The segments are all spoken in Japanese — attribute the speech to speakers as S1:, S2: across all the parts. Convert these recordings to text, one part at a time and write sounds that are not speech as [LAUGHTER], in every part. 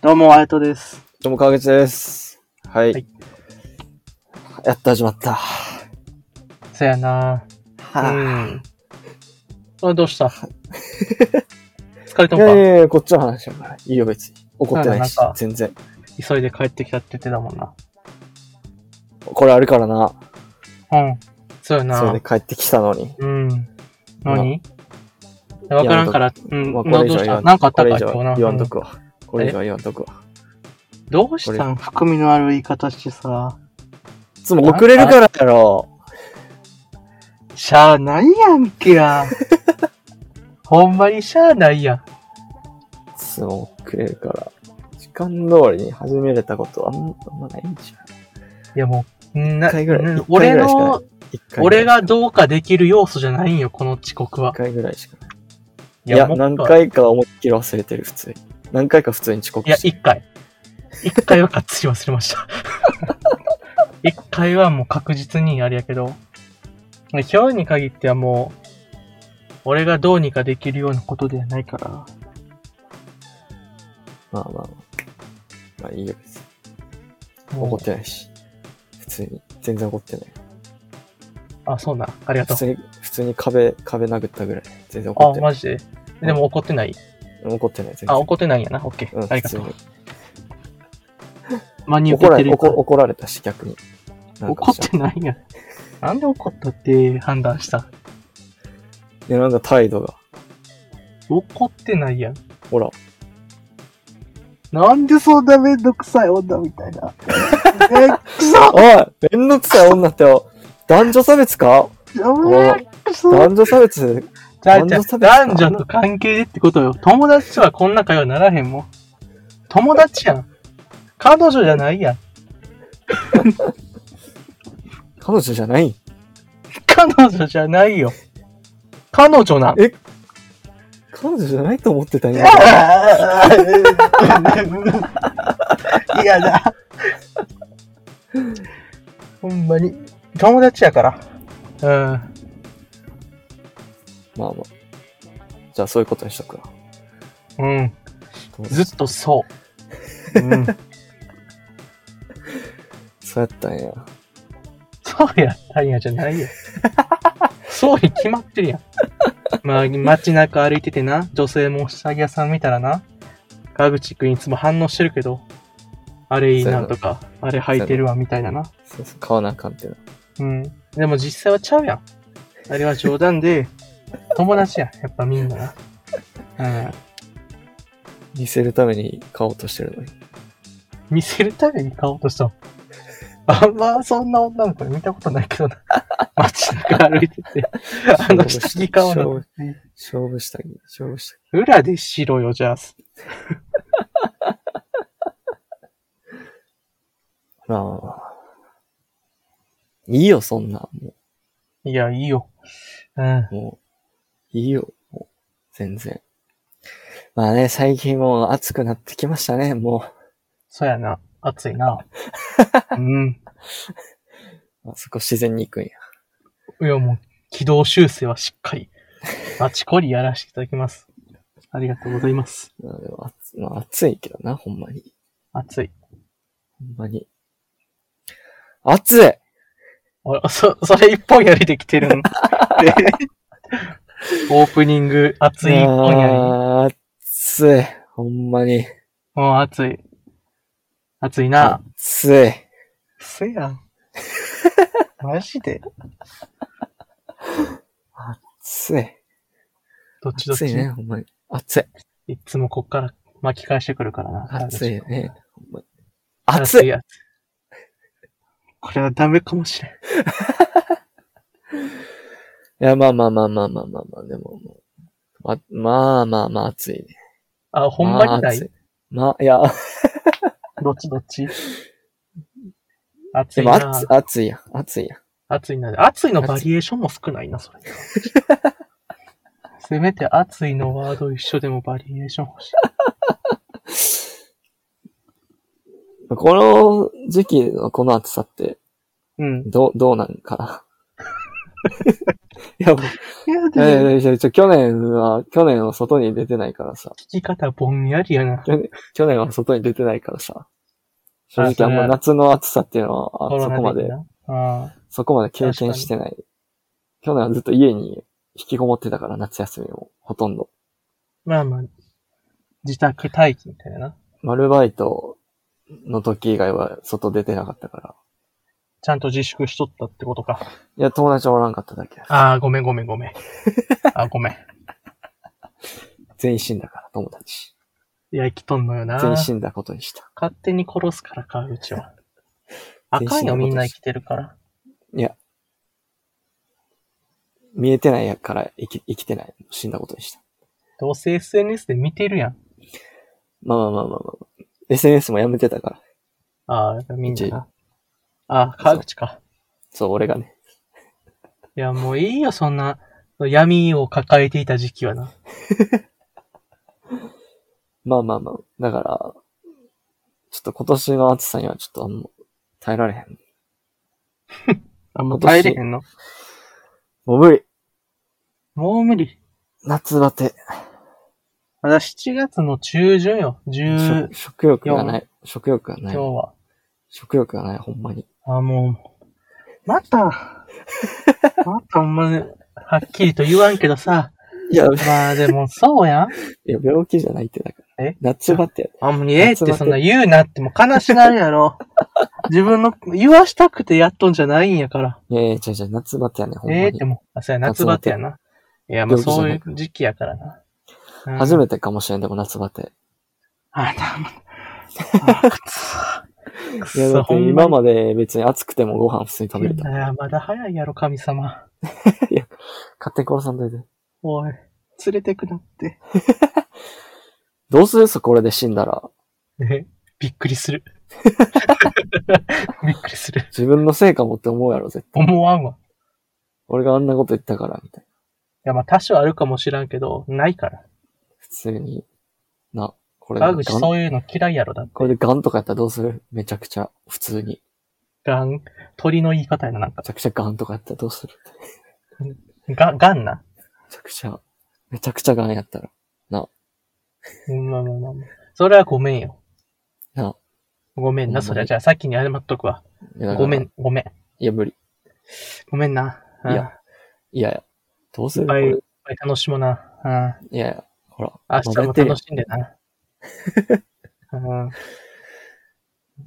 S1: どうも、あやとです。
S2: どうも、川口です。はい。
S1: はい
S2: やっと始まった。
S1: そやな
S2: は
S1: うん。あ、どう
S2: [LAUGHS]
S1: した疲れ
S2: ぁ
S1: た
S2: い
S1: んか
S2: やいやいや、こっちの話だから。いいよ、別に。怒ってないし
S1: なんだなんか、
S2: 全然。
S1: 急いで帰ってきたって言ってたもんな。
S2: これあるからな。
S1: うん。そうやな
S2: それで帰ってきたのに。
S1: うん。
S2: まあ
S1: 何わからんから、うん。
S2: まあ、こ
S1: な
S2: れ以
S1: どう
S2: 上
S1: し
S2: 言わ
S1: た
S2: ん
S1: なんかあった
S2: これ
S1: か
S2: 以
S1: 今日な
S2: 上言わんと
S1: う
S2: くわ。これ以上言わんとくわ。
S1: んどうしたん含みのある言い方してさ。
S2: いつも遅れるからやろ。
S1: しゃあないやんけや。
S2: [LAUGHS]
S1: ほんまにしゃあないやん。
S2: いつも遅れるから。時間通りに始めれたことあんあんまないんじゃん。
S1: いやもう、な
S2: 一回ぐらい
S1: うん
S2: 一回
S1: 俺
S2: ぐらいしかない
S1: の、
S2: 一回ぐらい
S1: 俺がどうかできる要素じゃないんよ、この遅刻は
S2: 一。回ぐらいしかない。い
S1: い
S2: や、
S1: もっと
S2: 何回か思いっきり忘れてる、普通に。何回か普通に遅刻
S1: いや、
S2: してる。
S1: 一回。一回はかっつり忘れま
S2: [LAUGHS]
S1: した。一回はもう確実にあれやけど、今日に限ってはもう、俺がどうにかできるようなことではないから。
S2: まあまあまあ。まあいいよ、別に。怒
S1: も
S2: ってないし。普通に。全然怒ってない。
S1: うあ、そうな。ありがと
S2: 普
S1: う。
S2: 通に、普通に壁、壁殴ったぐらい。全然怒っ
S1: あ、
S2: てない。
S1: マジで。でも怒ってない。
S2: 怒ってない、全然。
S1: あ、怒ってないんやな。オッケ
S2: うん
S1: ー。ありがと
S2: 普
S1: う。
S2: 通
S1: 真
S2: に
S1: に受
S2: 怒
S1: け
S2: ら
S1: てる
S2: れ、怒怒られたし、逆に。なん
S1: 怒
S2: か
S1: っ
S2: しら
S1: てないやん。なんで怒ったって判断した
S2: いや、なんか態度が。
S1: 怒ってないやん。
S2: ほら。
S1: なんでそんなめんどくさい女みたいな。え、くそ
S2: [LAUGHS] おいめんどくさい女ってよ、男女差別か
S1: やめくそ
S2: 男女差別
S1: じゃあじゃあ
S2: 男女差別か
S1: 男女の関係でってことよ。友達とはこんな会話ならへんもん。友達やん。彼女じゃないやん。
S2: 彼女じゃない
S1: 彼女じゃないよ。彼女
S2: [LAUGHS]
S1: なん。
S2: え彼女じゃないと思ってた今。
S1: いやだ。ほんまに。友達やから。うん。
S2: まあまあ。じゃあ、そういうことにしとくわ。
S1: うん。ずっとそう。うん。
S2: そうやったんや。
S1: そうやったんやじゃないよ。そうに決まってるやん。まあ、街中歩いててな、女性も下着屋さん見たらな、川口くんいつも反応してるけど、あれいいなとか、あれ履いてるわみたいなな。
S2: そうそう、買わなあかんってな。
S1: うん。でも実際はちゃうやん。あれは冗談で、友達やん。やっぱみんなな。うん。
S2: 見せるために買おうとしてるのに。
S1: 見せるために買おうとしたの。あんまそんな女の子見たことないけどな。街中歩いてて、 [LAUGHS] あの下着買うの。
S2: 勝負した着、勝負した
S1: 裏でしろよ、じゃあ。
S2: 着。まあまあまあ。いいよ、そんな。も
S1: いや、いいよ。うん。
S2: う、もういいよ、もう、全然。まあね、最近もう暑くなってきましたね、も
S1: そやな。暑い [LAUGHS] な。うん。
S2: う。あそこ自然に行くんや。
S1: いや、もう、軌道修正はしっかり、あちこりやらせていただきます。ありがとうございます。
S2: まあでも暑まあ、暑いけどな、ほんまに。
S1: 暑い。
S2: ほんまに。暑い
S1: あ、そ、それ一本やりできて [LAUGHS] るん。でオープニング、暑い一本やり。も
S2: あー暑い。ほんまに。
S1: う暑い。暑いな。
S2: 暑い。
S1: せや [LAUGHS] ん。マジで
S2: 暑い。
S1: どっちどっ
S2: 暑いね、
S1: ち
S2: ほんまに。暑い。
S1: いつもこっから巻き返してくるからな。
S2: 暑いね。ほんまに
S1: 熱
S2: 暑い
S1: やつ。 [LAUGHS] これはダメかもしれん。
S2: いや、まあまあまあまあまあまあまあ、でももう。ま、まあまあまあ、暑いね。
S1: あ、ほんまに
S2: まあ
S1: ない
S2: 暑い。まあ、いや、
S1: どっちどっち暑
S2: で
S1: い
S2: も
S1: な。
S2: 暑暑いやん、暑いやん。
S1: 暑いな。暑いのバリエーションも少ないな、それ。せめて暑いのワード一緒でもバリエーション欲しい。
S2: この時期のこの暑さって、
S1: うん。
S2: どう、どうなんかな。や、もう
S1: や
S2: [LAUGHS] い
S1: だ
S2: やい
S1: よ。
S2: やいや、ちょ、去年は、去年は外に出てないからさ。
S1: 聞き方ぼんやりやな。
S2: 去年去年は外に出てないからさ。正
S1: あそ
S2: 直あ
S1: れ
S2: んま夏の暑さっていうのは、あそこまで、
S1: な。あ
S2: そこまで経験してない。去年はずっと家に引きこもってたから、夏休みも、ほとんど。
S1: まあまあ、自宅待機みたいな。
S2: アルバイトの時以外は外出てなかったから。
S1: ちゃんと自粛しとったってことか。
S2: いや、友達おらんかっただけ。
S1: ああ、ごめんごめんごめん。 [LAUGHS] あーごめん。
S2: 全員死んだから、友達。
S1: いや、生きとんのよな。
S2: 全員死んだことにした。
S1: 勝手に殺すから、川口 [LAUGHS] は。
S2: 全
S1: 赤い
S2: 身の
S1: よ、
S2: ことです
S1: みんな生きてるから。
S2: 見えてないから生き生きてない。死んだことにした。
S1: どうせ SNS で見てるやん。
S2: まあまあまあまあまあまあ。SNS もやめてたから。
S1: ああ、みんなな。ああ、川口か。
S2: そう、俺がね。
S1: いや、もういいよ、そんな、闇を抱えていた時期はな。
S2: まあまあまあ。だから、ちょっと今年の暑さにはちょっとあんま耐えられへん。
S1: あ、もう
S2: 今年
S1: 耐えれへんの
S2: もう無理。
S1: もう無理。
S2: 夏バテ。
S1: まだ7月の中旬よ。10、
S2: 食食欲がない。食欲が
S1: 今
S2: ない
S1: 日。は。
S2: 食欲がない、ほんまに。
S1: あ、もう、ま [LAUGHS] た、またほんまに、はっきりと言わんけどさ。
S2: いや、
S1: まあでも、そうやん。
S2: いや病気じゃないってだから。
S1: え
S2: 夏バテやで。
S1: あ、もうええっ
S2: 夏バ
S1: て
S2: テ
S1: そんな言うなってもう悲しなるやろ。自分の言わしたくてやっとんじゃないんやから。
S2: いやいや、じゃじゃ夏バテやね、ほんま
S1: ええっ
S2: に
S1: て。もう、あ、そうや、夏バテやな。いや、もうそういう時期やからな。うん
S2: 初めてかもしれん、でも夏バテ。
S1: あ、だま。あく [LAUGHS] そく
S2: いや、だ
S1: そ
S2: って
S1: ほん
S2: 今
S1: ま
S2: まで別に暑くてもご飯普通に食べれ
S1: に。い
S2: た。
S1: や、まだ早いやろ、神様。
S2: 勝手に殺さんといて。
S1: おい、連れてくなって。
S2: どうするそこれで死んだら。
S1: え、びっくりする。 [LAUGHS] びっくりする。
S2: 自分のせいかもって思うやろ、絶対。
S1: 思わんわ。
S2: 俺があんなこと言ったから、みたいな。
S1: いや、まあ、多少あるかもしらんけど、ないから。
S2: 普通に。な、これでガ
S1: 川口
S2: ン、
S1: そういうの嫌いやろ、だって。
S2: これでガンとかやったらどうするめちゃくちゃ、普通に。
S1: ガン、鳥の言い方やな、なんか
S2: め。ちゃくちゃガンとかやったらどうする
S1: ガン、ガンな。
S2: めちゃくちゃ、めちゃくちゃガンやったら。
S1: うん、まあまあまあまあ。それはごめんよ。
S2: な
S1: ごめんな、
S2: ほんまに
S1: それは。じゃあ、先に謝っとくわ。
S2: いやだから
S1: ごめん。、ごめん。
S2: いや、無理。
S1: ごめんな。うん
S2: いや、いやいや。どう
S1: い
S2: する
S1: っ
S2: こ
S1: ぱい、
S2: れ
S1: い
S2: い
S1: っぱい楽しもうな。うん。
S2: やいや、ほら。
S1: 明日も
S2: 揉めて
S1: 楽しんでな。うん
S2: まあまあ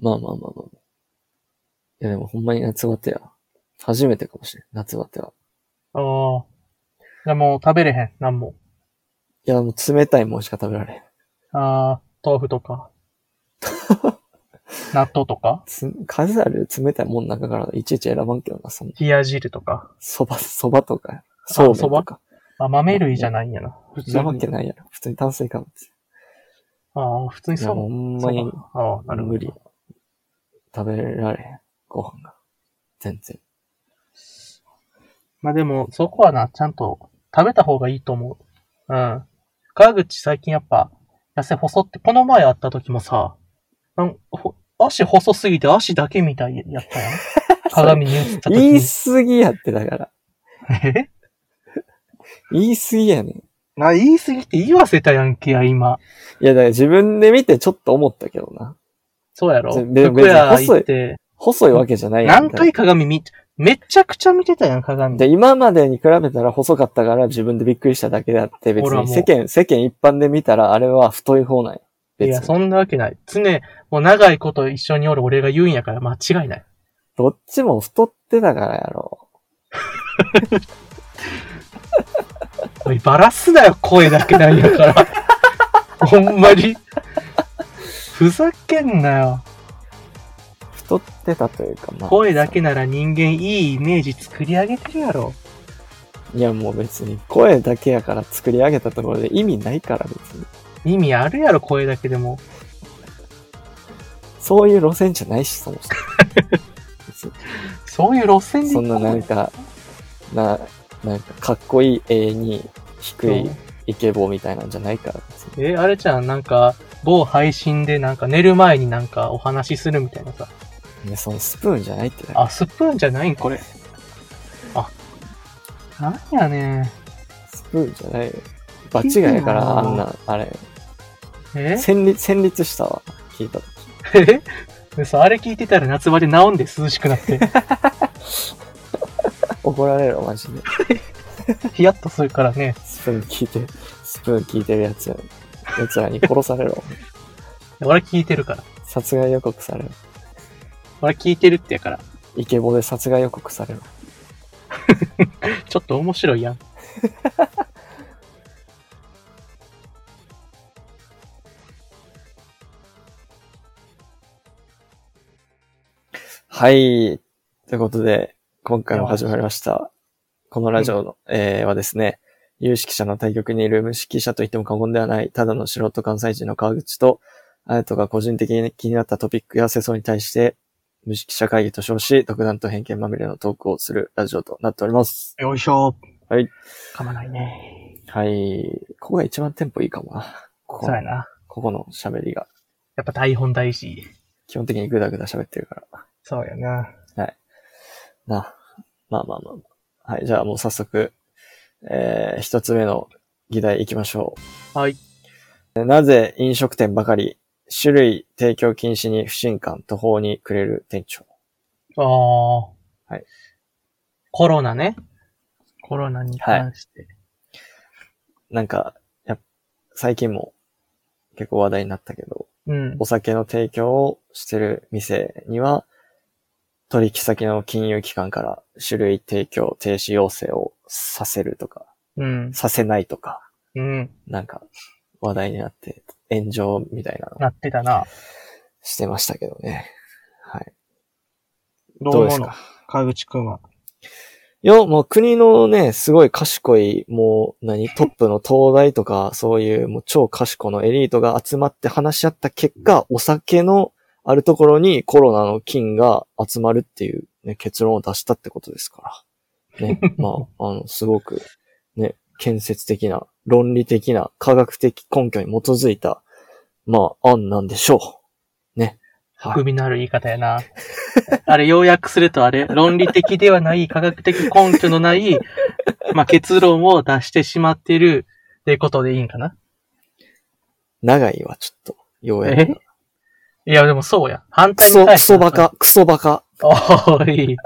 S2: まあまあ。いや、でもほんまに夏バテや。初めてかもしれん。夏バテは。
S1: おーじゃあもう食べれへん、なんも。
S2: いや、もう冷たいもんしか食べられへん。
S1: あー豆腐と
S2: [LAUGHS]
S1: か。納豆とか
S2: つ数ある冷たいもんの中からいちいち選ばんけどな、そんな。
S1: 冷や汁とか。
S2: そば、そばとか、そうめんとか。
S1: あ、豆類じゃないんやな。普通
S2: なわ
S1: に
S2: け。ないやろ。普通に炭水化物。
S1: あー普通に
S2: いや、
S1: そ
S2: ほん
S1: う。
S2: まに
S1: そうかあーなるほど
S2: 無理。。食べられへん。ご飯が。全然。
S1: まあでも、そこはな、ちゃんと食べた方がいいと思う。うん。川口最近やっぱ、痩せ細って、この前会った時もさ、なんほ足細すぎて足だけみたいやった
S2: [LAUGHS]
S1: やん。鏡に映った時に。
S2: 言い過ぎやって、だから。
S1: [LAUGHS] え
S2: 言い過ぎやねん。い
S1: な、言い過ぎて言わせたやんけや、今。
S2: や、だから自分で見てちょっと思ったけどな。
S1: そうやろ。
S2: ぜべ
S1: 服屋
S2: 別に細い
S1: 行って、
S2: 細いわけじゃないやん
S1: 何回鏡見、めちゃくちゃ見てたやん、鏡。
S2: で、今までに比べたら細かったから自分でびっくりしただけであって、別
S1: ほらもう
S2: に世間、世間一般で見たらあれは太い方なんや。
S1: い
S2: 別
S1: や、
S2: に。
S1: そんなわけない。常、もう長いこと一緒におる俺が言うんやから間違いない。
S2: どっちも太ってたからやろ。
S1: おい、バラすなよ、声だけなんやから。
S2: [LAUGHS]
S1: ほんまに。ふざけんなよ。
S2: 太ってたというか、まあ。
S1: 声だけなら人間いいイメージ作り上げてるやろ。
S2: いや、もう別に声だけやから作り上げたところで意味ないから別に。
S1: 意味あるやろ、声だけでも。
S2: そういう路線じゃないし、そもそも
S1: [LAUGHS]
S2: 別に。
S1: そういう路線で
S2: そ
S1: 行こうん
S2: ななんか、な、なんかかっこいい A に低いイケボみたいなんじゃないから別に。
S1: え、あれちゃん、なんか、某配信でなんか寝る前になんかお話しするみたいなさ。
S2: いや、そのスプーンじゃないってだけ
S1: あ、スプーンじゃないんこれ。あ、なんやねん。
S2: スプーンじゃないよ。バチがやか
S1: いい
S2: ら、
S1: な
S2: あ
S1: ぁ
S2: んな、あれ。
S1: え [LAUGHS]
S2: 戦慄、戦慄したわ。聞いたとき。
S1: え嘘、あれ聞いてたら夏場で治んで涼しくなって、
S2: 怒られるわマジで。
S1: ヒヤッとするからね。
S2: スプーン聞いて、スプーン聞いてるやつや。やつらに殺されろ。
S1: 俺聞いてるから。
S2: 殺害予告されろ。
S1: 俺聞いてるってやから。
S2: イケボで殺害予告されろ。
S1: ちょっと面白いやん。
S2: はい。ということで、今回も始まりました。このラジオの、えーはですね、有識者の対局にいる無識者と言っても過言ではない、ただの素人関西人の川口と、あやとが個人的に気になったトピックや世相に対して、無識者会議と称し、独断と偏見まみれのトークをするラジオとなっております。
S1: よいしょ。
S2: はい。
S1: 噛まないね。
S2: はい。ここが一番テンポいいかもな。こ
S1: そ
S2: こ
S1: うやな。
S2: ここの喋りが。
S1: やっぱ台本大事。
S2: 基本的にグダグダ喋ってるから。
S1: そうやな。
S2: な。まあまあまあまあ。はい、じゃあもう早速、えー、一つ目の議題行きましょ
S1: はい。
S2: う。なぜ飲食店ばかり、種類提供禁止に不信感、途方に暮れる店長。。
S1: ああ。はいコロナね。コロナに関して。
S2: なんか、やっ最近も結構話題になったけど、
S1: うん
S2: お。酒の提供をしてる店には、取引先の金融機関から種類提供停止要請をさせるとか、
S1: うん。
S2: させないとか、
S1: うん。
S2: なんか話題になって炎上みたいなの
S1: なってたな。
S2: してましたけどね。はい。
S1: ど
S2: どう
S1: う思う
S2: です
S1: の
S2: か
S1: 川口くんは。
S2: いや、もう国のね、すごい賢い、もう何、トップの東大とか、そういうもう超賢のエリートが集まって話し合った結果、お酒のあるところにコロナの菌が集まるっていう、ね、結論を出したってことですから。ね、まあ、あの、すごく、ね、建設的な、論理的な、科学的根拠に基づいた、まあ、案なんでしょう。ね。はい
S1: 含みのある言い方やな。 [LAUGHS] あれ、要約するとあれ、論理的ではない、科学的根拠のない、まあ、結論を出してしまってるってことでいいんかな
S2: 長いはちょっと、ようやく。
S1: いや、でもそうや。反
S2: ク
S1: 対に
S2: ソ、
S1: 対
S2: ク
S1: して
S2: ソバ。カ、クソバカ、
S1: おい。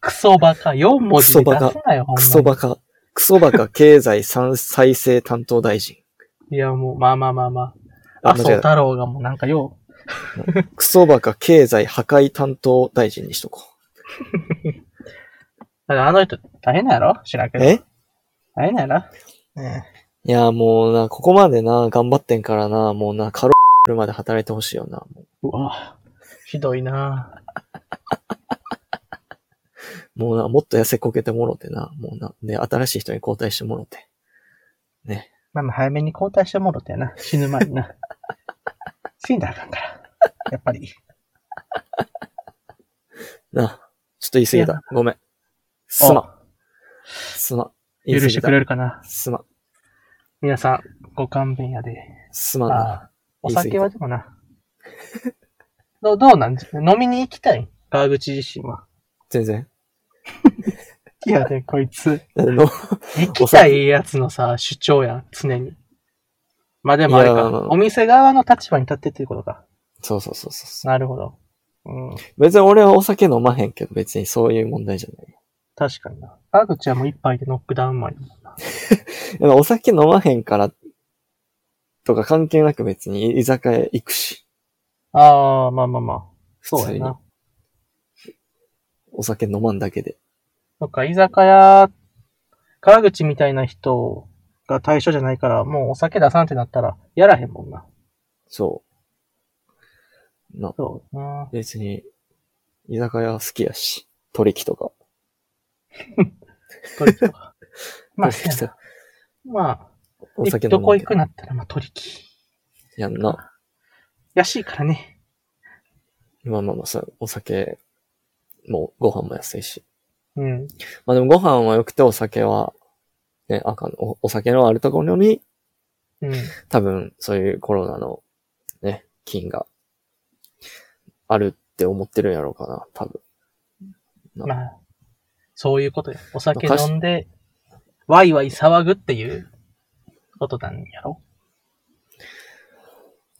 S1: クソバカ。4文字で出せないよ、ほんまに。
S2: クソバカ、クソバカ経済産再生担当大臣。
S1: いや、もう、まあまあまあまあ。
S2: あ、
S1: 麻生
S2: 間違えた。
S1: 太郎がもうなんかよう、
S2: クソバカ経済破壊担当大臣にしとこ
S1: だからあの人大変なんやろ知らんけ
S2: う。
S1: ど。
S2: え
S1: 大変なんやろね
S2: いや、もうな、ここまでな、頑張ってんからな、もうな、カロるまで働いてほしいよな。も
S1: え。うわひどいな
S2: うもうな、もっと痩せこけてもろてな、もうな、で、新しい人に交代してもろて。ね。
S1: まあまあ早めに交代してもろてやな。死ぬ前に
S2: [LAUGHS]
S1: な。死んだらあかんから。やっぱり。
S2: な、ちょっと言い過ぎ
S1: い
S2: た。ごめん。すま、すま。言
S1: お
S2: い過
S1: 許
S2: ぎ
S1: して
S2: た
S1: くれるかな。
S2: すま、
S1: 皆さん、ご勘弁やで。
S2: すまん
S1: あ
S2: な。
S1: お酒はでもな。どうどうなんですか飲みに行きたい川口自身は。
S2: 全然。
S1: いやで、こいつ。
S2: だっての
S1: 行きたいやつのさ、主張やん、常に。まあでもあれ
S2: いや
S1: か
S2: まあま。あ
S1: お店側の立場に立ってっていうことか。
S2: そうそうそうそうそう。
S1: なるほど。うん。
S2: 別に俺はお酒飲まへんけど、別にそういう問題じゃない。
S1: 確かにな。川口はもう一杯でノックダウン前だもんな。
S2: でもお酒飲まへんから、とか関係なく別に居酒屋行くし、
S1: ああ、まあまあまあ。そう
S2: 普通
S1: や
S2: に
S1: な。
S2: お酒飲まんだけで。
S1: そっか、居酒屋、川口みたいな人が対象じゃないから、もうお酒出さんってなったら、やらへんもんな。
S2: そう。な、
S1: そうやな。
S2: 別に、居酒屋好きやし、取引とか。
S1: 取引とか。 [LAUGHS] まあ、
S2: 取引とか
S1: まあ、
S2: お酒飲
S1: ど
S2: ま
S1: こ
S2: ん
S1: 行
S2: け
S1: く
S2: ど。
S1: なったら、まあ取引。
S2: やんな。
S1: 安いからね。
S2: まあまあまあ、そうお酒、もうご飯も安いし。
S1: うん。
S2: まあでもご飯は良くてお酒は、ね、あかんおお酒のあるところに
S1: うん。
S2: 多分、そういうコロナの、ね、菌が、あるって思ってるんやろうかな、多分。
S1: まあ、そういうことや。お酒飲んで、ワイワイ騒ぐっていうことなんやろ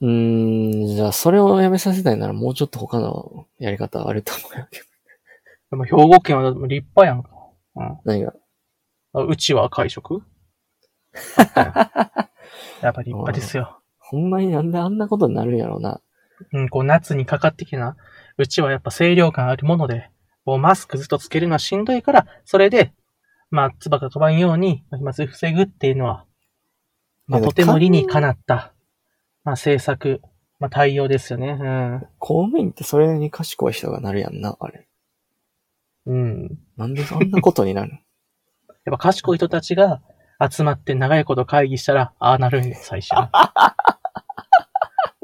S2: うーん、じゃあそれをやめさせたいならもうちょっと他のやり方あると思 [LAUGHS] うけど。
S1: でも兵庫県は立派やんか。うん
S2: 何が
S1: あ。うちは会
S2: [LAUGHS]
S1: 食あったよやっぱ立派ですよ。
S2: ほんまになんであんなことになるんやろうな。
S1: うん、こう夏にかかってきてな。うちはやっぱ清涼感あるもので、こうマスクずっとつけるのはしんどいから、それで、まあ、唾が飛ばんように、まず防ぐっていうのは、まあ、
S2: いや
S1: とても理にかなった、まあ、政策、まあ、対応ですよね。うん。
S2: 公務員ってそれに賢い人がなるやんな、あれ。
S1: うん。
S2: なんでそんなことになるの [LAUGHS]
S1: やっぱ賢い人たちが集まって長いこと会議したら、ああなるんよ、最初。
S2: [LAUGHS]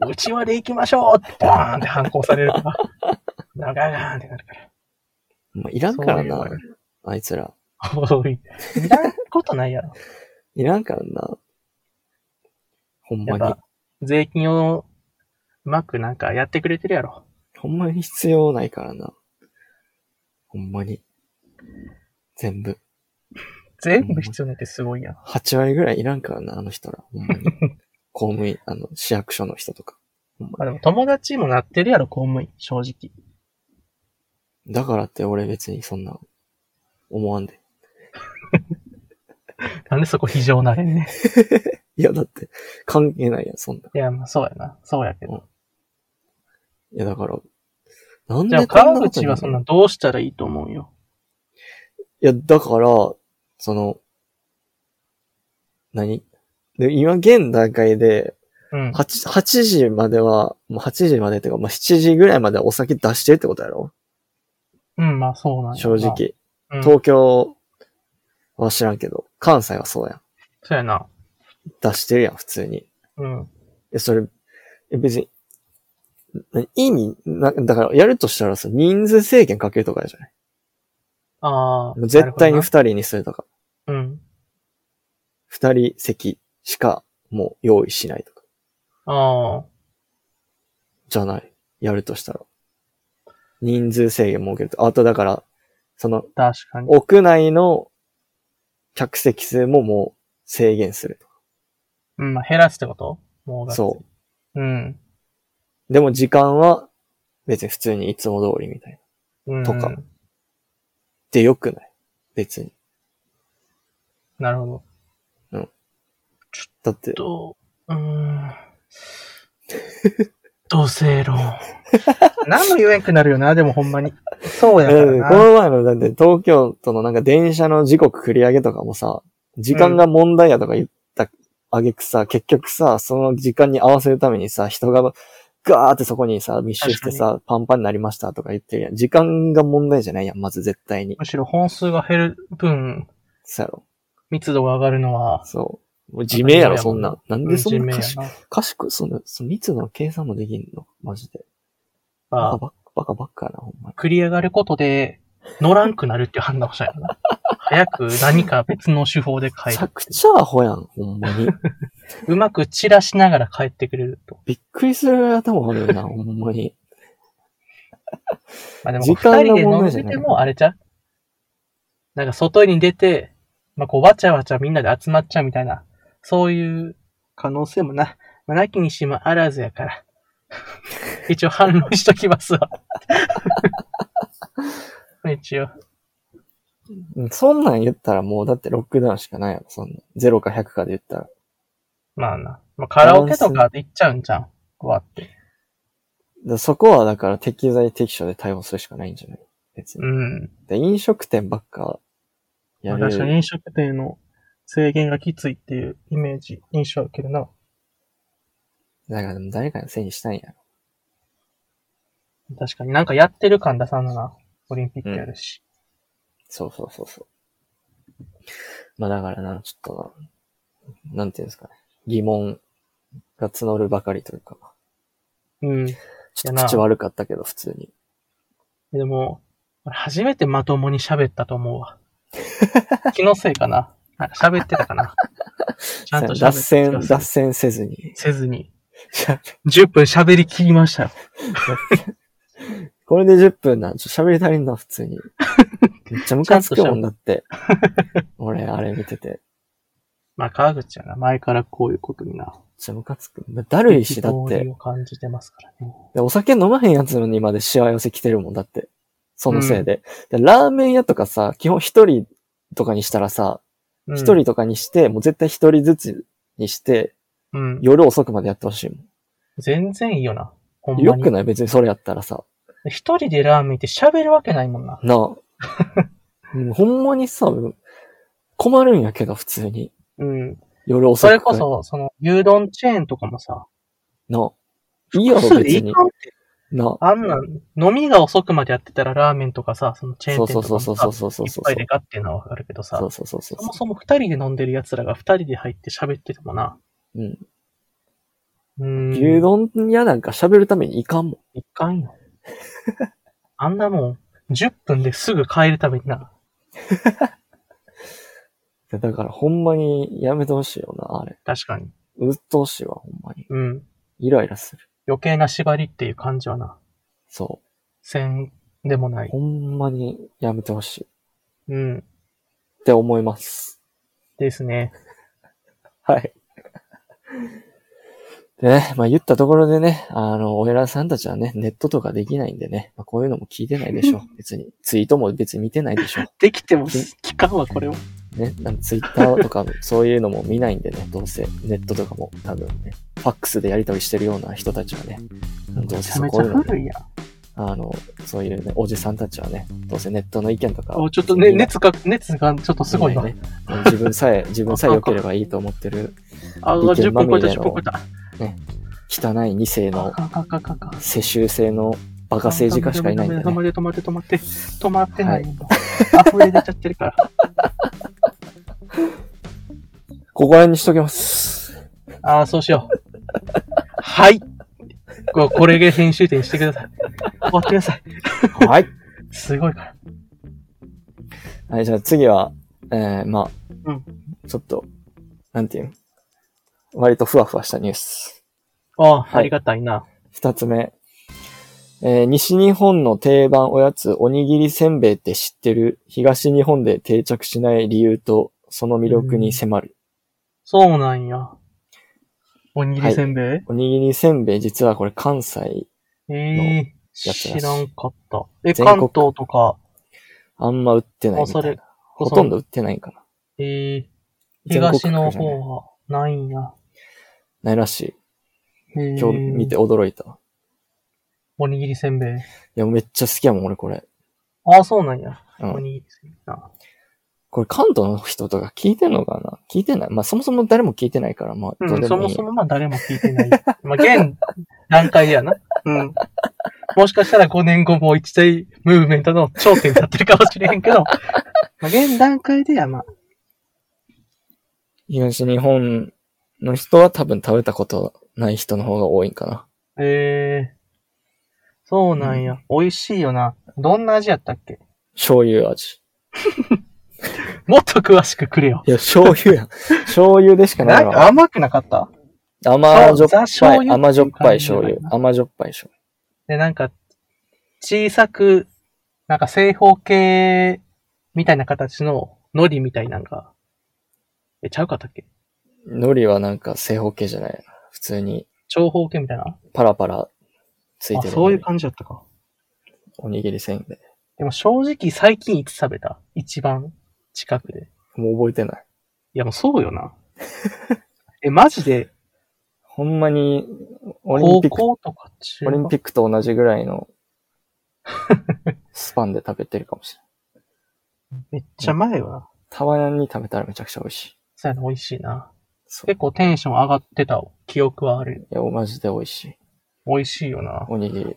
S1: うちわで行きましょうって、バーンって反抗されるから。長ガーンってなるから。
S2: まあ、いらんからな
S1: そうい、
S2: あいつら。
S1: おい、いらんことない [LAUGHS] やろ。
S2: いらんからな。ほん
S1: や
S2: ま
S1: っ
S2: に
S1: ぱ。、税金をうまくなんかやってくれてるやろ。
S2: ほんまに必要ないからな。ほんまに。全部。
S1: 全部必要ないってすごいやん。
S2: 8割ぐらいいらんからな、あの人ら。ほ
S1: [LAUGHS]
S2: んまに。公務員、あの、市役所の人とか。
S1: まあでも友達もなってるやろ、公務員、正直。
S2: だからって俺別にそんな、思わんで。
S1: なんでそこ非常 [LAUGHS] なれんね。
S2: いや、だって、関係ないやん、そんな。
S1: いや、まあそうやな。そうやけど。
S2: いや、だから、なん
S1: じゃあ
S2: でこん
S1: 川
S2: なこと
S1: 口
S2: にな
S1: は
S2: る
S1: そんなどうしたらいいと思うよ。
S2: いや、だから、その、何で今、現段階で、
S1: うん。
S2: 8, 8時までは、もう8時までっていうか、まあ、7時ぐらいまではお酒出してるってことやろ
S1: うん、まあそうなんや
S2: 正直。
S1: うん
S2: 東京は知らんけど、関西はそうやん。
S1: そうやな。
S2: 出してるやん、普通に。
S1: うん。
S2: え、それ、え別に、な意味、な、だから、やるとしたらさ、人数制限かけるとかじゃない
S1: ああ。
S2: もう絶対に
S1: な
S2: 2
S1: る
S2: 人にするとか、
S1: ほどな。うん。
S2: 2人席しかもう用意しないとか、
S1: ああ。
S2: じゃない。やるとしたら。人数制限設けると。あとだから、その、
S1: 確かに。
S2: 屋内の客席数ももう制限するとか。
S1: うん、まあ減らすってこともうがっつり。
S2: そう
S1: うん。
S2: う。でも時間は別に普通にいつも通りみたいな。
S1: うん。
S2: とかでよくない別に。
S1: なるほど。
S2: だって、
S1: どう、うーん。同性論。 [LAUGHS] 何も言えんくなるよな、でもほんまに。そうやか
S2: だって
S1: ら
S2: こ
S1: な。
S2: の前の、だって東京都のなんか電車の時刻繰り上げとかもさ、時間が問題やとか言ったあげくさ、結局さ、その時間に合わせるためにさ、人がガーってそこにさ、密集してさ、パンパンになりましたとか言ってるやん。時間が問題じゃないやん、まず絶対に。
S1: むしろ本数が減る分、
S2: そうやろ。
S1: 密度が上がるのは、
S2: そう。もう自明や
S1: な
S2: ろ、
S1: んか
S2: そんなん。なんでそ
S1: 人
S2: ん
S1: 命
S2: な
S1: や
S2: 賢
S1: な。
S2: 賢い、その、その密度の計算もできんのマジで。バカ
S1: あ
S2: ばっバカばっかやな、ほんまに。
S1: 繰り上がることで、乗らんくなるっていう判断をしたんやな。早く何か別の手法で
S2: め
S1: 帰
S2: ちゃ
S1: る。
S2: くちゃアホやん、ほんまに。
S1: うまく散らしながら帰ってくれると。
S2: びっくりする頭あるよな、ほんまに。
S1: まあでも、
S2: 時
S1: 二
S2: 間
S1: 人
S2: の
S1: で飲
S2: 問題
S1: ん
S2: じゃ
S1: で
S2: ない
S1: ても、あれちゃうなんか外に出て、まあこう、わちゃわちゃみんなで集まっちゃうみたいな、そういう可能性もな、まあなきにしもあらずやから。 [LAUGHS] 一応反論しときますわ。 [LAUGHS] 一応。
S2: うんそんなん言ったらもうだってロックダウンしかないやろ、そんなん。0か100かで言ったら。
S1: まあな。まあカラオケとかで行っちゃうんじゃん。こうやって。
S2: だそこはだから適材適所で対応するしかないんじゃない別
S1: う
S2: に。
S1: ん。
S2: で飲食店ばっかやる
S1: 私
S2: よ
S1: は
S2: り。
S1: 飲食店の制限がきついっていうイメージ、印象あるけどな。
S2: だからでも誰かのせいにしたいんやろ。
S1: 確かになんかやってる感出さんのな。オリンピックやるし。
S2: そうそうそうそう。まあだからな、ちょっとな、なんていうんですかね。疑問が募るばかりというか。
S1: うん。
S2: ちょっと口悪かったけど、普通に。
S1: でも、俺初めてまともに喋ったと思う
S2: [LAUGHS]
S1: わ。気のせいかな。なんか喋ってたか
S2: [LAUGHS]
S1: な。ちゃんと喋
S2: 脱
S1: ってた気
S2: 線
S1: が、する
S2: 脱線せずに。
S1: せずに。10分喋り切りましたよ。
S2: これで10分なん。ちょ、喋り足りんな、
S1: [LAUGHS]
S2: 普通に。めっちゃムカつくもんだって。俺、あれ見てて。めっ
S1: まあ、川口はな、前からこういうことにな。
S2: ちゃムカつく。だるいし、だっ
S1: 憤り
S2: て。
S1: を感じてますからね。
S2: でお酒飲まへんやつのにまでしわ寄せ来てるもんだって。そのせいで。でラーメン屋とかさ、基本一人とかにしたらさ、
S1: うん
S2: 一、人とかにして、もう絶対一人ずつにして、
S1: うん。
S2: 夜遅くまでやってほしいも
S1: 全然いいよな。ほん
S2: ん。
S1: ま
S2: よ
S1: に
S2: く。ない別にそれやったらさ。
S1: 一人でラーメンって喋るわけないもんな。
S2: なあ。
S1: [LAUGHS]
S2: うんほんまにさ、困るんやけど、普通に。
S1: うん。
S2: 夜遅
S1: そ
S2: く
S1: れこ
S2: から。
S1: そ、その、牛丼チェーンとかもさ、
S2: なあ。いいやろ、
S1: 複数で
S2: 別
S1: い
S2: に
S1: か。んって
S2: なあ。
S1: あんなん、飲みが遅くまでやってたらラーメンとかさ、そのチェー
S2: そ
S1: ン
S2: う
S1: 店
S2: そ
S1: とか
S2: うそう
S1: も
S2: そ
S1: さ
S2: うそうそうそうそう。
S1: いっぱいでかっていうのはわかるけどさ
S2: そ、うそうそうそう
S1: そもそも二人で飲んでる奴らが二人で入って喋っててもな。
S2: うん。
S1: うーん。
S2: 牛丼屋なんか喋るためにいかんもん。
S1: いかんよ。 [LAUGHS] あんなもん、10分ですぐ帰るためにな。
S2: だからほんまにやめてほしいよな、あれ。
S1: 確かに。
S2: うっとうしいわ、ほんまに。
S1: うん。
S2: イライラする。
S1: 余計な縛りっていう感じはな、
S2: そ
S1: せんでもな
S2: う。
S1: い。
S2: ほんまにやめてほしい。
S1: うん。
S2: って思います。
S1: ですね。
S2: はい。 [LAUGHS] でね、まあ言ったところでね、あの、お偉さんたちはね、ネットとかできないんでね、まあ、こういうのも聞いてないで [LAUGHS] しょう。別に。ツイートも別に見てないでしょ
S1: できても
S2: す
S1: 期間はこれを。
S2: う。ね、なんツイッターとかそういうのも見ないんでね、どうせ。ネットとかも多分ね、ファックスでやり取りしてるような人たちはね、どう
S1: め
S2: せ
S1: ちゃ
S2: そ
S1: めち
S2: こ
S1: ゃ
S2: ういうの
S1: 古いやん。
S2: あの、そういうね、おじさんたちはね、どうせネットの意見とか。
S1: おちょっとね、
S2: 見ない
S1: 熱が、熱がちょっとすごいわ。
S2: 見ないね自分さえ、自分さえ良ければいいと思ってる、
S1: あ、
S2: 意
S1: 10
S2: 見ま
S1: 分超
S2: み
S1: え
S2: れ
S1: た、
S2: の
S1: 10分超えた。
S2: 汚い二世
S1: あ
S2: の
S1: かんかんかんかんかん。
S2: 世襲制のバカ政治家しかいないんで
S1: 止ま
S2: ね。
S1: って止まって止まって止まってない。溢れ出ちゃってる
S2: [LAUGHS]
S1: から。
S2: ここら辺にしと
S1: [LAUGHS]
S2: きます。
S1: ああ、そうしよう。はい。ここれで編集点してください。終わってください。
S2: はい。
S1: すごいから。
S2: はい、じゃあ次は、えー、まあ、
S1: うん
S2: ちょっと、なんていうの割とふわふわしたニュース。
S1: ああ、
S2: はい
S1: ありがたいな。
S2: 二つ目。えー西日本の定番おやつ、おにぎりせんべいって知ってる東日本で定着しない理由と、その魅力に迫る。
S1: そうなんや。おにぎりせんべい、
S2: おにぎりせんべい、実はこれ関西、
S1: ええ
S2: やつらし
S1: 知
S2: い
S1: らんかった。え、
S2: 全
S1: 関
S2: 国
S1: 東とか、
S2: あんま売ってな
S1: あ
S2: いみた
S1: そ
S2: い
S1: れ
S2: な。ほとんど売ってないかな。
S1: ええ
S2: 全国
S1: 東の
S2: 区じゃない
S1: 方はないんや。
S2: ないらしい。
S1: ええ
S2: 今日見て驚いた。い
S1: おにぎりせんべい。
S2: や、めっちゃ好きやもん、俺これ。
S1: ああ、そうなんや。
S2: う
S1: お
S2: ん。
S1: にぎりせんべいな。
S2: これ関東の人とか聞いてんのかな聞いてない。まあ、そもそも誰も聞いてないから、まあ、
S1: う、
S2: どうんで
S1: そ
S2: もい
S1: も
S2: い。
S1: そもまあ誰も聞いて [LAUGHS] ない。まあ現段階でやな。うん。もしかしたら5年後も一大ムーブメントの頂点に立ってるかもしれへんけ [LAUGHS] ど、まあ現段階ではまあ、
S2: 東日本の人は多分食べたことない人の方が多いんかな。
S1: ええそうなんや。美味しいよな。どんな味やったっけ
S2: 醤油味。
S1: もっと詳しくくれよ。
S2: いや、醤油やん。 [LAUGHS] 醤油でしかな
S1: ないん
S2: わ。
S1: か甘くなかった
S2: 甘じ
S1: そ
S2: ょっ
S1: うザ醤
S2: ぱい、
S1: 油
S2: 甘じょっぱい醤
S1: っていう感じじゃない
S2: 油。
S1: な
S2: 甘じょっぱい醤
S1: で、なんか、小さく、なんか正方形みたいな形の海苔みたいなんか、え、ちゃうかったっけ
S2: 油。海苔はなんか正方形じゃないな。普通に
S1: 長方形みたいな。
S2: パラパラつい
S1: あ、
S2: てる。
S1: そういう感じだったか。
S2: おにぎりせんべい。
S1: でも正直最近いつ食べた一番近くで。
S2: もう覚えてない。
S1: いやもうそうよな。 [LAUGHS] え、マジで、
S2: ほんまに、オリン
S1: 高
S2: ピック、
S1: 校とか中
S2: オリンピックと同じぐらいのスパンで食べてるかもしれない。
S1: めっちゃ前よな。
S2: たまに食べたらめちゃくちゃ美味しい。
S1: そうやな、美味しいな。
S2: そう。
S1: 結構テンション上がってた記憶はある。
S2: いや、マジで美味しい。
S1: 美味しいよな。
S2: おにぎり、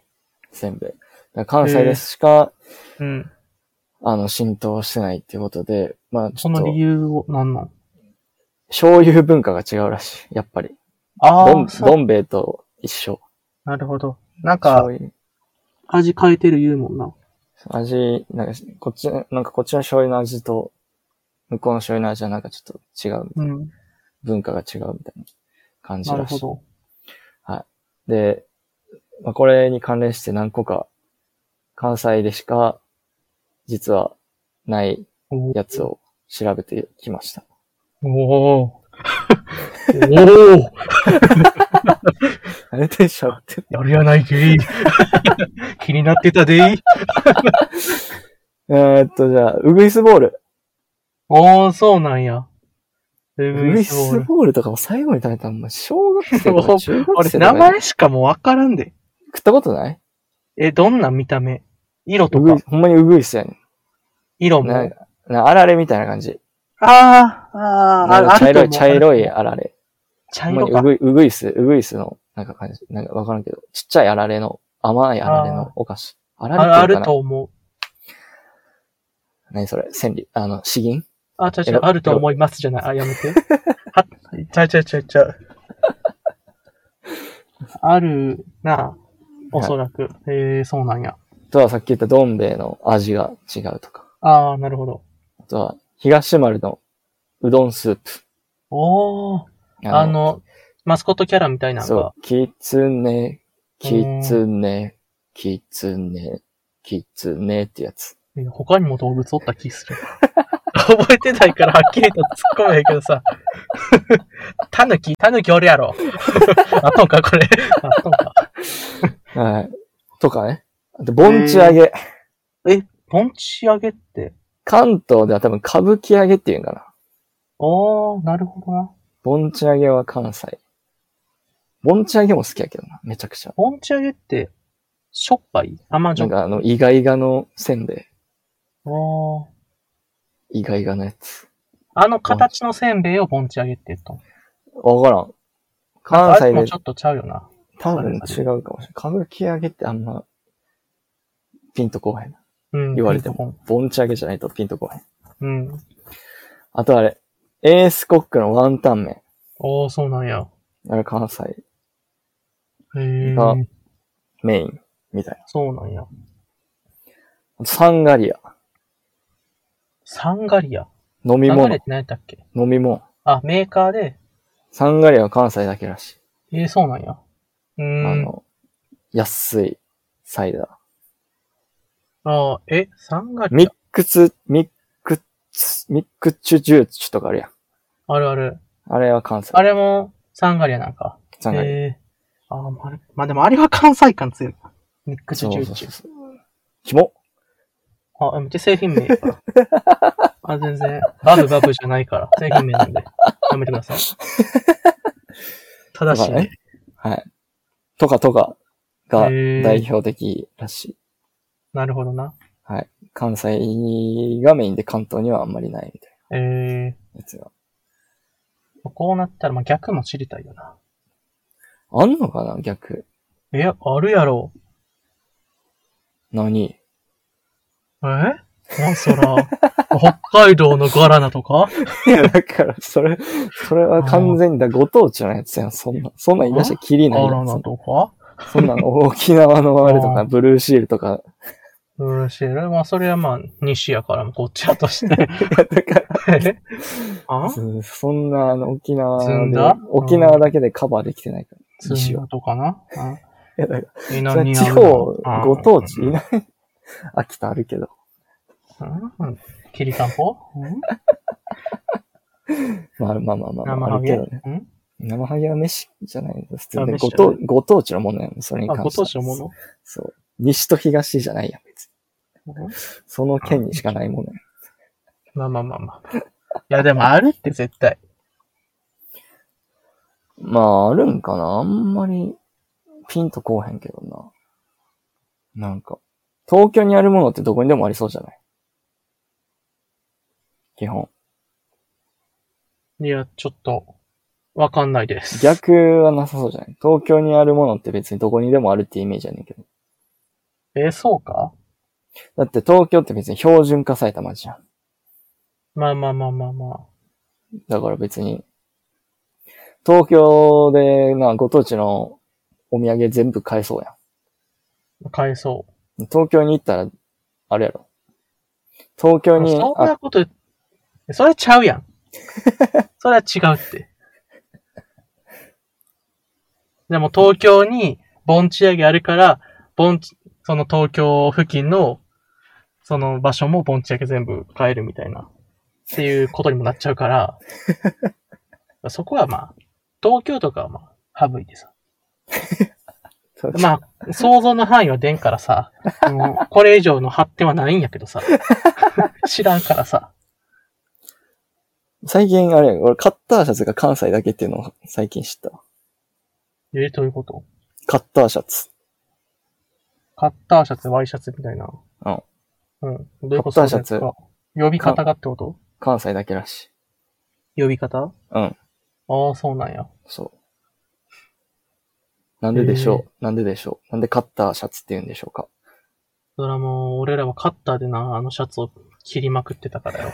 S2: せんべい。だから関西でしか、
S1: うん。
S2: あの、浸透してないっていうことで、まあ、ち
S1: そ
S2: ょっ
S1: の
S2: と、
S1: 理由を、なんなん
S2: 醤油文化が違うらしい。やっぱり。ど
S1: あ
S2: ん、
S1: あ、そう
S2: どん兵衛と一緒。
S1: なるほど。なん
S2: 醤
S1: か、
S2: 油。
S1: 味変えてる言うもんな。
S2: 味、なんか、こっち、なんかこっちの醤油の味と、向こうの醤油の味はなんかちょっと違う。
S1: うん。
S2: 文化が違うみたいな感じ
S1: なる
S2: ら
S1: ほ
S2: しい。
S1: ど。
S2: で、まあ、これに関連して何個か関西でしか、実はない
S1: お
S2: やつを調べてきました。
S1: おーおー
S2: あれで喋ってる
S1: やるやない [LAUGHS] けい。気になってたでい。
S2: えーっと、じゃあ、ウグイスボール。
S1: おー、そうなんや。
S2: ウ
S1: ウ
S2: グイスボールとかも最後に食べたの、も小学生と
S1: そ
S2: か
S1: う
S2: 中学
S1: 俺、
S2: 生とか
S1: 名前しかもうわからんで。
S2: 食ったことない
S1: え、どんな見た目色
S2: ウ
S1: と
S2: グ
S1: か
S2: イ、スほんまにウグイスやね
S1: 色
S2: ん。
S1: も。
S2: なんか、なあられみたいな感じ。
S1: あー、あー、
S2: なんか
S1: あ
S2: 茶
S1: ると
S2: 色
S1: 思
S2: い、
S1: う
S2: 茶色いあられ。
S1: 茶
S2: ほんま
S1: 色
S2: にウ
S1: か。
S2: グイウグイス、ウグイスの、なんか感じ、なんかわからんけど、ちっちゃいあられの、甘いあられのお菓子。あられって
S1: ああ
S2: いう
S1: る
S2: か
S1: と
S2: な
S1: 思う。
S2: 何それ千里、あの、詩吟
S1: あ、ちゃち
S2: え
S1: ゃ、
S2: ろ
S1: あると思いますじゃない。あ、や
S2: [LAUGHS]
S1: めて。は、ちゃうちゃうちゃうちゃう。あるな、おそらく。えー、そうなんや。
S2: あとはさっき言ったどん兵衛の味が違うとか。
S1: あー、なるほど。
S2: あとは、東丸のうどんスープ。
S1: おー、あ、の、マスコットキャラみたいなの
S2: そ
S1: が。
S2: う、きつね、きつね、きつね、きつねってやつ。
S1: えー他にも動物おった気する。 [LAUGHS] 覚えてないからはっきりと突っ込めへんけどさ。タヌキタヌキおるやろ。 [LAUGHS] あとんか、これ。あとんか。
S2: はい。とかね。あと、盆地揚げ。
S1: 盆地上げって。
S2: 関東では多分歌舞伎揚げっていうんかな。
S1: おー、なるほどな。
S2: 盆地揚げは関西。盆地揚げも好きやけどな、めちゃくちゃ。
S1: 盆地上げって、しょっぱい甘じ
S2: な
S1: ょ
S2: ん
S1: っぱい。
S2: かあの、イガイガのせんべ
S1: おー
S2: い。イガイガのやつ。
S1: あの形のせんべいを盆地上げって言ったの。
S2: わからん。関
S1: あれ
S2: 西
S1: も
S2: で
S1: ちょっとちゃうよな。
S2: 多分違うかもしれない。歌舞伎揚げってあんま、ピンとこうへん。
S1: うん。
S2: 言われて
S1: も。
S2: 盆地揚げじゃないとピンとこうへん。
S1: うん。
S2: あとあれ、エースコックのワンタン麺。
S1: おー、そうなんや。
S2: あれ関西
S1: へ
S2: が
S1: ー。
S2: メインみたいな。
S1: そうなんや。
S2: あとサンガリア。
S1: サンガリア。
S2: 飲み
S1: 流
S2: 物
S1: れて。何やったっけ
S2: 飲み物。
S1: あ、メーカーで。
S2: サンガリアは関西だけらしい。
S1: えー、そうなんや。うー
S2: あ
S1: ん。
S2: の、安いサイダー。
S1: ああ、え、サンガリ
S2: ミックス、ミックス、ミックチジューチとかあるやん。
S1: アあるある。
S2: あれは関西。
S1: あれも、サンガリアなんか。
S2: サンガリア。
S1: えー、あーまあ、あれまあでもあれは関西感強いな。ミックス
S2: そ
S1: ジュ
S2: う
S1: ー
S2: そう
S1: チ
S2: そう。そう。キモ
S1: あ、めっちゃ製品名やから。 [LAUGHS] あ、全然。バブバブじゃないから。製品名なんで。やめてください。ただしね。
S2: はい。とかとかが
S1: へー
S2: 代表的らしい。
S1: なるほどな。
S2: はい。関西がメインで関東にはあんまりないみたい
S1: えー、
S2: なやつが。
S1: こうなったら、まあ、逆も知りたいよな。
S2: あんのかな逆。
S1: え、あるやろ。
S2: 何
S1: えなんそら、 [LAUGHS] 北海道のガラナとか
S2: いや、だから、それ、それは完全にだ、ご当地のやつやん。そんな、そんなん言い出したらキリ
S1: ガ
S2: ないや
S1: ラナ
S2: ん。
S1: とか
S2: そんなの、沖縄のあれと
S1: あ
S2: か、
S1: ー
S2: ブルーシールとか。
S1: うるしい。まあ、それはまあ、西やから、こっちやとして。
S2: だから
S1: え [LAUGHS] あ
S2: そそんな、あの、沖縄
S1: ずん
S2: で
S1: だ、
S2: 沖縄だけでカバーできてないから。
S1: ツ
S2: 西
S1: ン
S2: は
S1: ダとかなあ
S2: いやだか
S1: 地
S2: らそれ地方、ご当地、いない。秋田あるけど。
S1: うんきりたんぽうん
S2: まあまあまあまあ、
S1: 生
S2: あ
S1: ハ
S2: るけ
S1: ゲ
S2: どね。
S1: うん
S2: 生ハゲは飯じゃないです。普通
S1: あ
S2: に
S1: 飯
S2: ご
S1: じゃない
S2: 当ご当地のものやん、それに
S1: あ、
S2: 関しては。
S1: ご当地のもの
S2: そう。西と東じゃないやん、別に。その県にしかないものやん。
S1: まあまあまあまあ。いや、でもあるって絶対。
S2: まあ、あるんかなあんまり、ピンとこうへんけどな。なんか、東京にあるものってどこにでもありそうじゃない基本。
S1: いや、ちょっと、わかんないです。
S2: 逆はなさそうじゃない東京にあるものって別にどこにでもあるってイメージやねんけど。
S1: え、そうか
S2: だって東京って別に標準化された街じゃん。
S1: まあまあまあまあま
S2: だから別に、東京でな、ご当地のお土産全部買えそうや。
S1: あ。買えそうん
S2: 東京に行ったら、あれやろ。東京
S1: あ。
S2: に、
S1: そん
S2: あ
S1: なこと、それちゃうやん。それは違うって。でも東京に盆地上げあるから、盆地、その東京付近の、その場所も盆地だけ全部変えるみたいな、っていうことにもなっちゃうから、そこはまあ、東京とかはまあ、省いてさ。
S2: まあ、
S1: まあ、想像の範囲は出んからさ、もうこれ以上の発展はないんやけどさ、知らんからさ、
S2: 最近あれ、俺カッターシャツが関西だけっていうのを最近知ったわ。
S1: えどういうこと
S2: カッターシャツ。
S1: カッターシャツ、ワイシャツみたいな。
S2: うん。
S1: うん。どういうこと
S2: カッターシャツ
S1: そういうやつか呼び方がってこと
S2: 関西だけらしい。
S1: 呼び方
S2: うん。
S1: ああ、そうなんや。
S2: そう。なんででしょう、なんででしょうなんでカッターシャツって言うんでしょうか
S1: それはもう、俺らはカッターでな、あのシャツを切りまくってたから
S2: [LAUGHS]
S1: よ。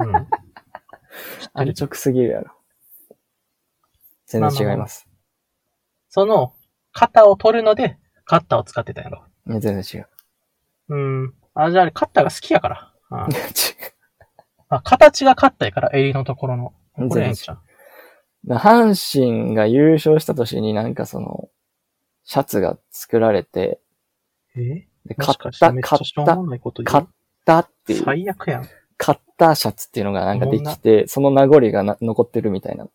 S1: うん。
S2: 安直すぎるやろ。全然違います。
S1: その、肩を取るので、カッターを使ってたやろ。
S2: いや全然違う。 [LAUGHS]
S1: うん。あ、じゃああれ、カッターが好きやから。あ
S2: いや違
S1: あ形がカッターやから、襟のところの。
S2: う。全
S1: これ
S2: 然
S1: や
S2: 違
S1: ん
S2: う
S1: ちゃう。
S2: 阪神が優勝した年になんかその、シャツが作られて、
S1: えも
S2: で、買
S1: し
S2: っ
S1: かして
S2: た、
S1: めっち
S2: 買
S1: ゃ
S2: っ
S1: しょう
S2: た
S1: も、ないこと
S2: 買
S1: 言
S2: っ
S1: う。
S2: たっていう、
S1: 最悪やん。
S2: 買ったシャツっていうのがなんかできて、その名残がな残ってるみたいな。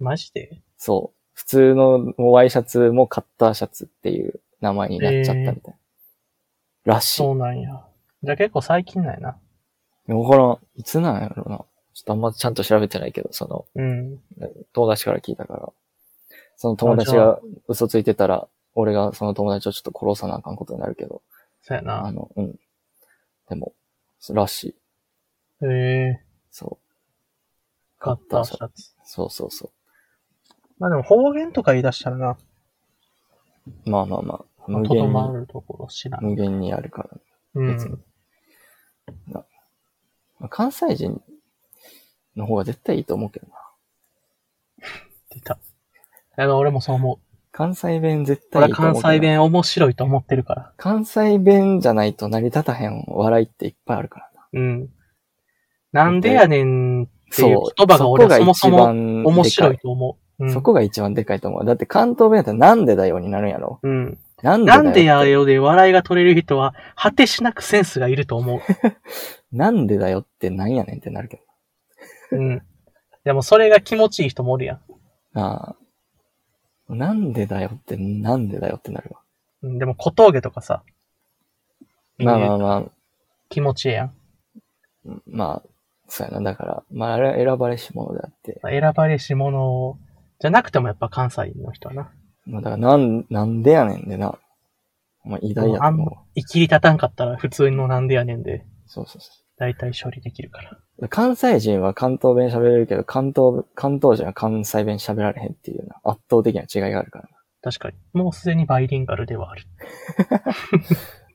S1: マジで
S2: そう。普通のワイシャツもカッターシャツっていう名前になっちゃったみたいな。らしい。
S1: そうなんや。じゃあ結構最近なんやな。
S2: わからん。いつなんやろな。ちょっとあんまちゃんと調べてないけど、その、
S1: うん。
S2: 友達から聞いたから。その友達が嘘ついてたら、俺がその友達をちょっと殺さなあかんことになるけど。
S1: そうや
S2: あ
S1: な。
S2: の、うん。でも、らしい。
S1: へえ
S2: そう。
S1: カッターシャツ。
S2: そうそうそ
S1: まあでも方言とか言い出したらな、
S2: う。まあまあまあ。無
S1: とど
S2: 限
S1: ま
S2: に、
S1: るところ知らん。
S2: 無限にあるから。
S1: う
S2: 別に
S1: ん。
S2: まあ関西人の方が絶対いいと思うけどな。
S1: 出た。あの、俺もそう思う。
S2: 関西弁絶対
S1: 俺
S2: いい
S1: は
S2: と思
S1: 関
S2: うけど。
S1: 西。弁面白いと思ってるから。
S2: 関西弁じゃないと成り立たへん笑いっていっぱいあるからな。
S1: うん。なんでやねんっていう
S2: そう。
S1: 言葉が俺はそもそも
S2: も
S1: 面白いと思う。うん、
S2: そこが一番でかいと思う。だって関東弁だったらなんでだよになるんやろ。
S1: うん。
S2: なんでだ
S1: な
S2: よ。
S1: んでや。よで笑いが取れる人は果てしなくセンスがいると思う。
S2: [LAUGHS] なんでだよってなんやねんってなるけ
S1: うん。でもそれが気持ちいい人もおるやん。
S2: ど。ああ。なんでだよってなんでだよってなるわ。
S1: うん、でも小峠とかさ、
S2: まあまあまあ、
S1: 気持ちいいやん。
S2: まあ、そうやな。だから、まああれは選ばれし者であって。
S1: 選ばれし者じゃなくてもやっぱ関西の人はな。
S2: まあだからなん、なんでやねんでな。お前偉大やと
S1: あんま
S2: 思
S1: 生きり立たんかったら普通のなんでやねんで、
S2: う。そうそうそう。
S1: だいたい処理できるから。
S2: 関西人は関東弁喋れるけど、関東、関東人は関西弁喋られへんっていうような圧倒的な違いがあるからな。
S1: 確かに。もうすでにバイリンガルではある。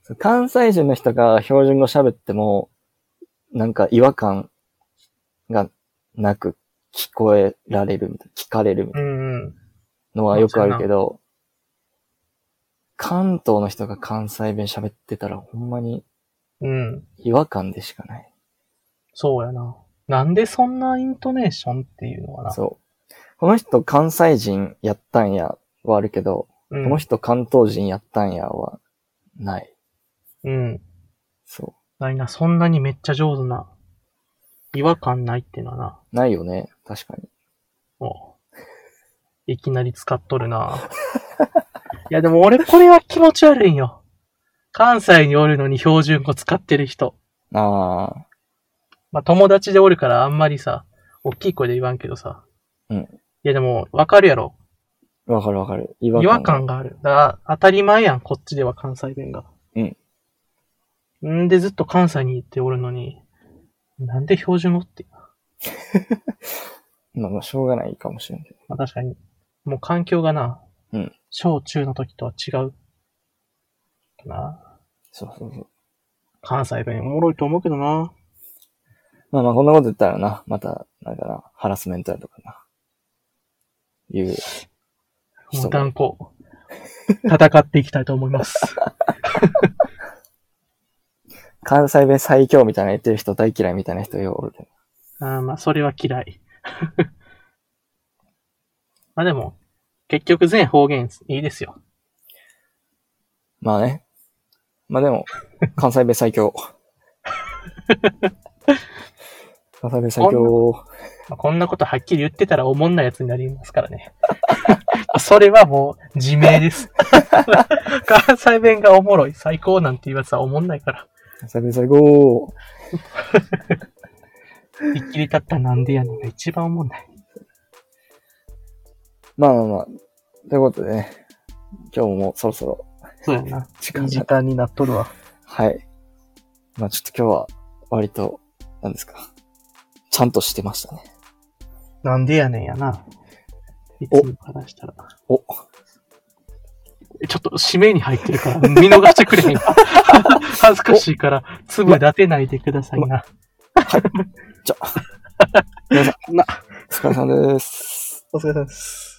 S2: そう関西人の人が標準語喋っても、なんか違和感がなく聞こえられるみたいな、聞かれるみたい
S1: うんうん。
S2: なのはよくあるけど、関東の人が関西弁喋ってたらほんまに
S1: うん。
S2: 違和感でしかない。
S1: そうやな。なんでそんなイントネーションっていうのかな。
S2: そう。この人関西人やったんやはあるけど、
S1: う
S2: この
S1: ん。
S2: 人関東人やったんやはない。
S1: うん。
S2: そ
S1: ないな。そんなにめっちゃ上手な。違和感ないっていうのはな。
S2: う。ないよね。確かに。
S1: おういきなり使っとるな。いやでも俺これは気持ち悪いんよ。関西におるのに標準語使ってる人。
S2: あ
S1: まあ友達でおるからあんまりさ、大きい声で言わんけどさ。
S2: うん
S1: いやでもわかるやろ。
S2: あ、わかるわかる。違
S1: 違和
S2: が
S1: 感がある。だから当たり前やん、こっちでは関西弁が。
S2: うん。
S1: んでずっと関西に行っておるのに、なんで標準語って。
S2: まあまあ、しょうがないかもしれんけど。
S1: まあ確かに、もう環境がな、
S2: うん
S1: 小中の時とは違う。な
S2: そうそうそう。
S1: 関西弁おもろいと思うけどな。
S2: まあまあ、こんなこと言ったらな、また、なんかな、ハラスメントやとかな。いう。
S1: も
S2: そう
S1: う断固、戦っていきたいと思います。
S2: 関西弁最強みたいな言ってる人大嫌いみたいな人よ、おるけど。
S1: あーまあ、それは嫌い。 [LAUGHS] まあでも、結局全方言いいですよ。
S2: まあね。まあ
S1: [LAUGHS]
S2: でも、関西弁最強。関西弁最強。
S1: まあこんなことはっきり言ってたらおもんないやつになりますからね。 [LAUGHS] それはもう自明です。 [LAUGHS] 関西弁がおもろい、最高なんて言うやつはおもんないから。
S2: 関西弁最強。
S1: いっきり立ったなんでやねんが一番おもんない。
S2: まあまあまあ。ということでね、今日ももうそろそろ
S1: そうやな。
S2: 時間
S1: いい
S2: が
S1: 時間になっとるわ。
S2: はい。まあちょっと今日は割と、なんですか。ちゃんとしてましたね。
S1: なんでやねんやな。いつも話したら。
S2: お、
S1: えちょっと締めに入ってるから、見逃してくれへんか。 [LAUGHS] 恥ずかしいから、粒立てないでくださいな。
S2: じゃあ、皆さん、お疲れ様です。
S1: [LAUGHS] お疲れ様です。